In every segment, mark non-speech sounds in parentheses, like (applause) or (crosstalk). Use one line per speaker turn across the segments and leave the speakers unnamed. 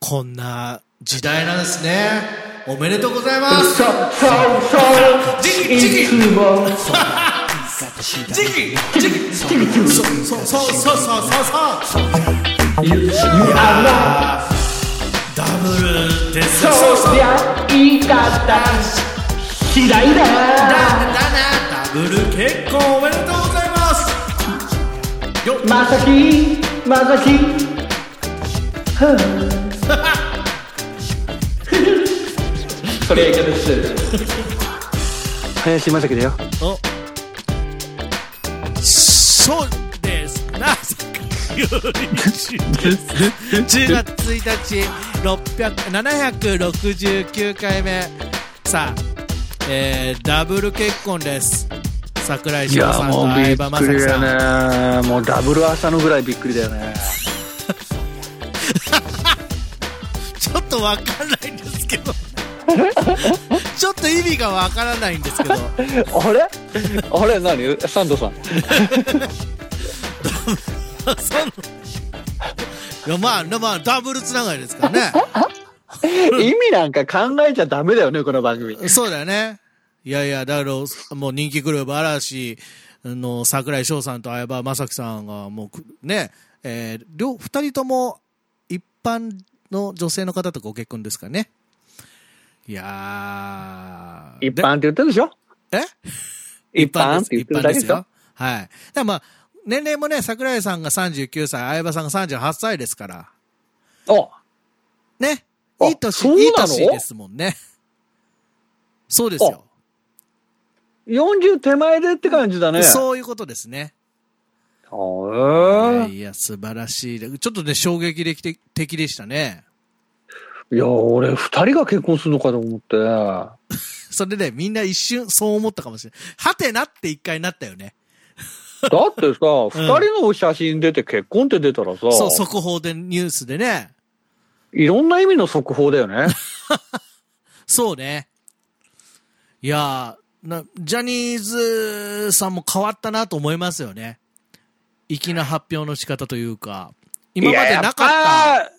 こんな時代なんですね。おめでとうございます。
そうそうそう
時期、
い
時
つ
期、
も
時期、時期、そうそうそうそうそうそう。
You are
ダブルですよ。
not
そうそう。
そりゃ言い方嫌いだ
ダブル結婚おめでとうございます。
まさきまさきふぅそれがいいです
林正樹だよ
そうです。なぜか (laughs) よりしです。10月1日、600 769回目。さあ、えー、ダブル結婚です。桜井
い
翔
や
さんと
もうびっ
相葉雅
くり
紀さん。
だよねもうダブル浅野ぐらいびっくりだよね
ちょっとわかんないんですけど。 (laughs) ちょっと意味がわからないんですけど。
あれあれ何サンドさん
そのいやまあ、まあ、ダブルつながりですからね。
意味なんか考えちゃダメだよねこの番組
そうだよね。いやいや、だから、もう人気グループ嵐の桜井翔さんと相葉雅紀さんが、もうく、ね、えー両、二人とも一般の女性の方とご結婚ですからね。いやー。
一般って言ってるでしょ
でえ
一般って言
一
ってる
般
だ
で
け
す
でしょ
よ。はい。だからまあ、年齢もね、桜井さんが39歳、相葉さんが38歳ですから。
お
ね。
あ
いい年、
そうないの
い年ですもんね。そうですよ。
40手前でって感じだね
そういうことですね。
う
い
へ
や
え
いや、素晴らしい。ちょっとね、衝撃的的でしたね。
いや俺二人が結婚するのかと思って
それで、みんな一瞬そう思ったかもしれない。はてなって一回なったよね。
だっ
(laughs)
てさ、二人の写真出て結婚って出たらさ、
そう、速報でニュースでね。
いろんな意味の速報だよね。
そうね。いやーな、ジャニーズさんも変わったなと思いますよね。粋な発表の仕方というか。今までなかった。
っ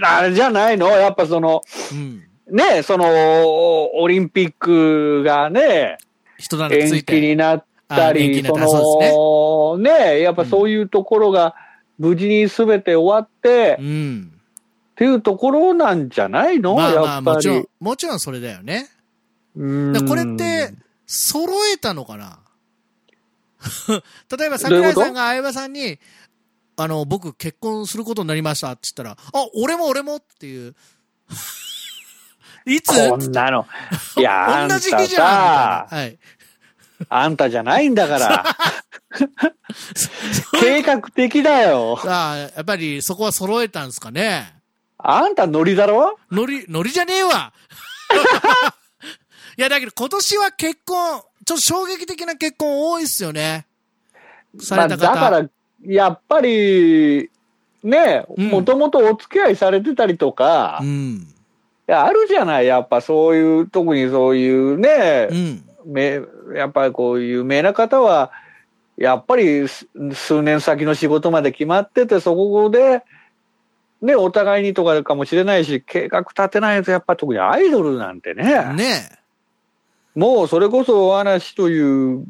た。あれじゃないのやっぱその、
うん。
ね、その、オリンピックがね、
人ならつ
延
い
期
て。
になった
あ延期
り、
にな
そ
ったそ
の、ね、やっぱそういうところが、無事に全て終わって、
う
っ
ん。
ていうところなんじゃないの、
まあま
や
あ
っ
も
ぱ
ちろん
り。、
もちろんそれだよね。
うん
だからこれって、、揃えたのかな (laughs) 例えば桜井さんが相葉さんに、あの、僕結婚することになりましたって言ったら、あ、俺も俺もっていう。 (laughs) いつ
こんなの。いや、あ
(laughs)
ん
同
た
じ日じゃんみ
さ
た、いな。はい。
あんたじゃないんだから。
(laughs)
計画的だよ。
ああ、やっぱりそこは揃えたんですかね。
あんたノリだろ
ノリ、ノリじゃねえわ (laughs) いや、だけど今年は結婚、ちょっと衝撃的な結婚多いっすよね。さ
まあ、
れた
だ
方。
から、やっぱり、ね、
うん
もともとお付き合いされてたりとか
う、ん。
いやあるじゃない、やっぱそういう、特にそういうね
う、ん。
めやっぱりこういう有名な方は、やっぱりす数年先の仕事まで決まってて、そこで、ね、お互いにとかかもしれないし、計画立てないと、やっぱ特にアイドルなんて
ねえ。
もうそれこそ嵐という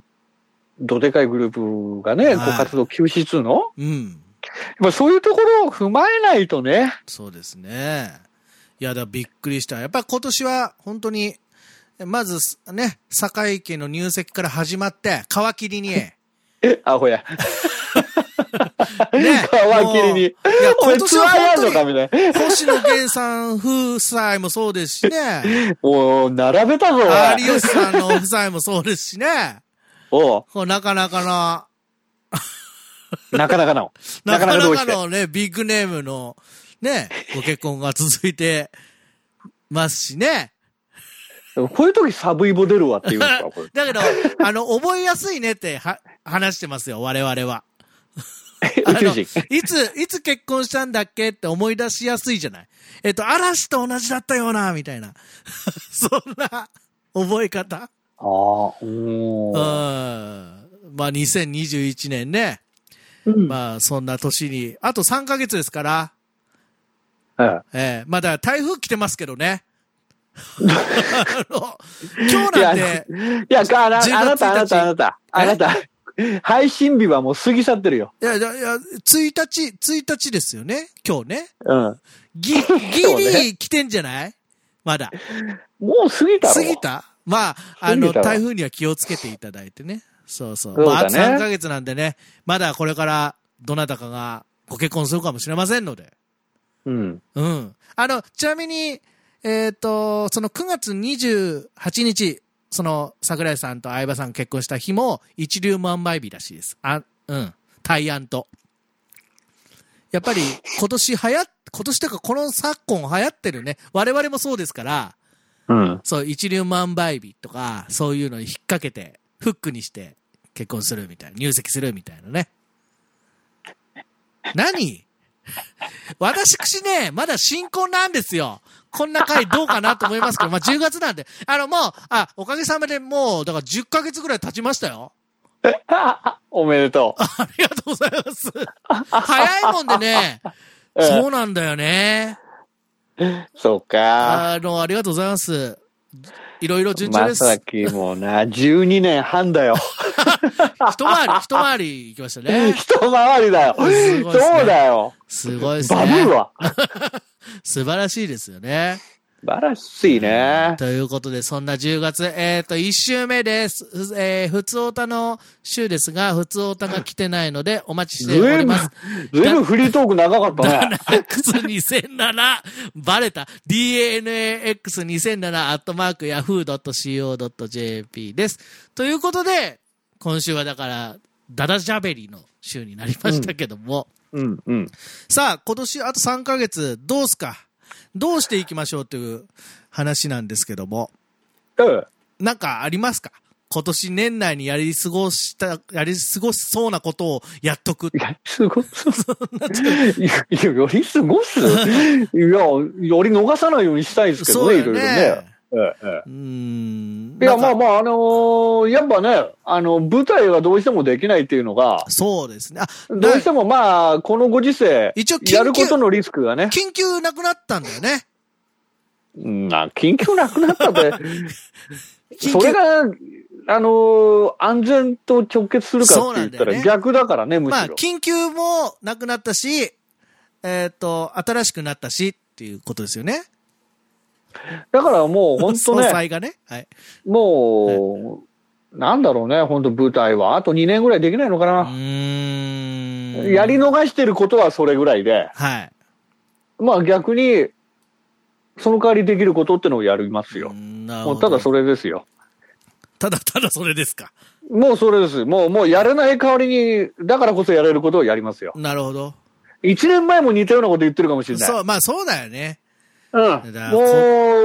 どでかいグループがね、こ
はいう
活動休止っつうの
うん。
まあそういうところを踏まえないとね。
そうですね。いや、だからびっくりした。やっぱり今年は本当に、まずね、酒井家の入籍から始まって、皮切りに、ね、
え、アホや。
皮
皮切りに。
いや、
お
今
前
年
ツア
は
ーやんの
本当
か
に、
みたいな。
星野源さん夫妻もそうですしね、
おう並べたぞ、おい
有吉さんの夫妻もそうですしね、
おう
こうなかなかの、
なかなかの。
な
な
かな
かなかどう
か
して。
のね、ビッグネームの、ね、ご結婚が続いてますしね。
こういう時サブイボ出るわって言うんです
(laughs)。
か、これ
だけど、あの、覚えやすいねっては、話してますよ、我々は。あの
(laughs) 宇宙人。
いつ、いつ結婚したんだっけって思い出しやすいじゃない。えっと、嵐と同じだったよな、みたいな。 (laughs) そんな、覚え方
ああ、う
うん。
ーん。
まあ、2021年ね。
うん
まあ、そんな年に、あと3ヶ月ですから、
は
ええまあだから台風来てますけどね。 (laughs) あの今日なんで、
い。いや、かあなあ
10
なた、あな
月
た、あなた、あなた、配信日はもう過ぎ去ってるよ。
いやいや、いや、1日、1日ですよね今日ね。
うん。
ぎ、ギリ来てんじゃないまだ。
もう過ぎたろ。
過ぎたまあ、あの、
過ぎたわ
台風には気をつけていただいてね。そうそう。
そうだね
まあ、あと3ヶ月なんでね、まだこれからどなたかがご結婚するかもしれませんので。
うん。
うん。あの、ちなみに、えっ、と、その9月28日、その桜井さんと相葉さんが結婚した日も一粒万倍日らしいです。あ、うん。対案と。やっぱり今年流行っ、今年というかこの昨今流行ってるね。我々もそうですから、
うん。
そう、一粒万倍日とか、そういうのに引っ掛けて、フックにして結婚するみたいな、入籍するみたいなね。何私くしね、まだ新婚なんですよ。こんな回どうかなと思いますけど、まあ、10月なんで。あの、もう、あ、おかげさまでもう、だから10ヶ月ぐらい経ちましたよ。
おめでと
ありがとうございます。早いもんでね、
う。うん
そうなんだよね。
そうか。
あの、ありがとうございます。いろいろ順調
ま
です。
さきもな、12年
(laughs)
半だよ。
一回り、一回り行きました
(laughs)
ね。
一回りだよ。
すごいっすね
そうだよ。
すごいです
バブー
ね。
は。
素晴らしいですよね。
素晴らしいね。
ということで、そんな10月、えっ、と、1週目です。ふえー、ふつおたの週ですが、ふつおたが来てないので、お待ちしております。
ずいぶんフリートーク長かったね。
X2007、バレた。DNAX2007、アットマーク、yahoo.co.jp です。ということで、今週はだから、ダダジャベリの週になりましたけども、
うんうん。
さあ、今年あと3ヶ月、どうすかどうしていきましょうという話なんですけども、
うん。
なんかありますか今年年内にやり過ごした、やり過ごしそうなことをやっとく
い。や、すごす。いや、いやより過ごすいや、より逃さないようにしたいですけどね、いろいろね。。えええ
うーん。
えいや、まあ
なんか
まあ、あのーやっぱね、あの、舞台がどうしてもできないっていうのが、
そうですね。あ、
どうしてもまあ、このご時世、
一応緊急
やることのリスクがね、
緊急なくなったんだよね。
うんな緊急なくなったって、
(laughs) 緊急
それが、あのー安全と直結するかって言
そうなん
った
だよ
ら
ね
逆だからね、む
まあ、
しろ。
緊急もなくなったし、えっ、と、新しくなったしっていうことですよね。
だからもう本当
総
ね、
裁がね。はい。
もう、なんだろうね、本当舞台は。あと2年ぐらいできないのか
う
な。
ーん。
やり逃してることはそれぐらいで、
はい。
まあ逆に、その代わりできることってのをやりますよ。も
も
うただそ
れ。
れですよ。
ただただそれですか。
もうそれです。もう、もうやれない代わりに、だからこそやれることをやりますよ。
なるほど。
1年前も似たようなこと言ってるかもしれない。
そう、まあそうだよね。
うん
だ。
もう、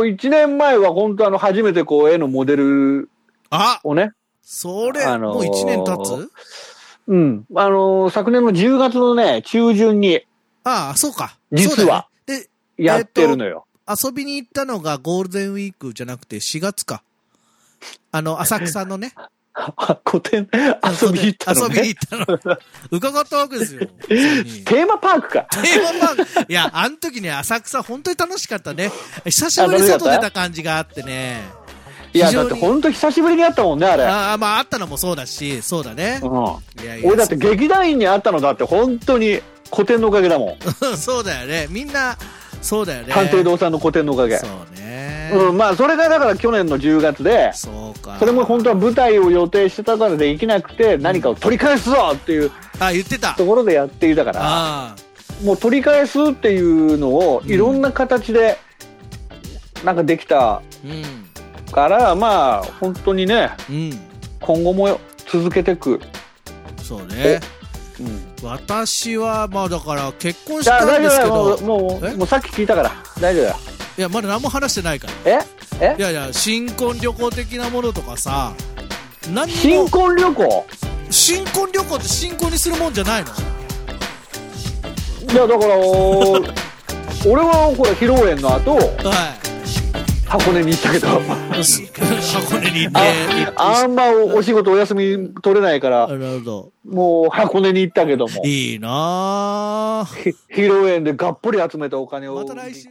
1年前は本当あの、初めてこう、絵のモデル
あ
をね、
それ、
あのー
もう一年経つ
うん。あのー昨年の10月のね、中旬に
ああ、そうか。
実は
そうだよね。で、
やってるのよ。
遊びに行ったのがゴールデンウィークじゃなくて4月か。あ
(laughs)
の、浅草のね。
あ、古典、遊びに行ったの
遊び
ね。
に行った
(laughs)
の。伺ったわけですよ。普通に
テーマパークか。
テーマパーク。いや、あの時ね、浅草、本当に楽しかったね。久しぶりに外出た感じがあってね。
いや、
非常
だ
に
って本当久しぶりに会ったもんね、あれ。
ああ、まあ、あったのもそうだし、そうだね
う。ん。
いやいや
俺だって劇団員に会ったのだって本当に古典のおかげだもん。
そうそうだよね。みんな、そうだよね。
探偵堂さんの古典のおかげ。
そうね。
うん、まあ、それがだから去年の10月で、
そうか。
それも本当は舞台を予定してたからできなくて、何かを取り返すぞっていう
あ、言ってた
と。ころでやっていたから、
あ
もう取り返すっていうのをいろんな形で、なんかできた
あ。うん。
から、まあ、本当にね、
うん。
今後も続けていく。
そうね。
うん
私は、まあだから、結婚し
じゃあ
たん
大
で
丈夫
すけ
だよも
ど
う、も
え
うもうさっき聞いたから大丈夫だよ
いや、まだ何も話してないから。
ええ
いやいや、新婚旅行的なものとかさ、何に
新
も、
婚旅行
新婚旅行って新婚にするもんじゃないの
(laughs) いやだから俺はほら披露宴の後
は
箱根に行ったけど、
(laughs) 箱根に行って、
あ
あ
んまおお仕事お休み取れないから、
なるほど。
もう箱根に行ったけども、
いいなあ
ひ披露宴でがっぽり集めたお金を。
また来週。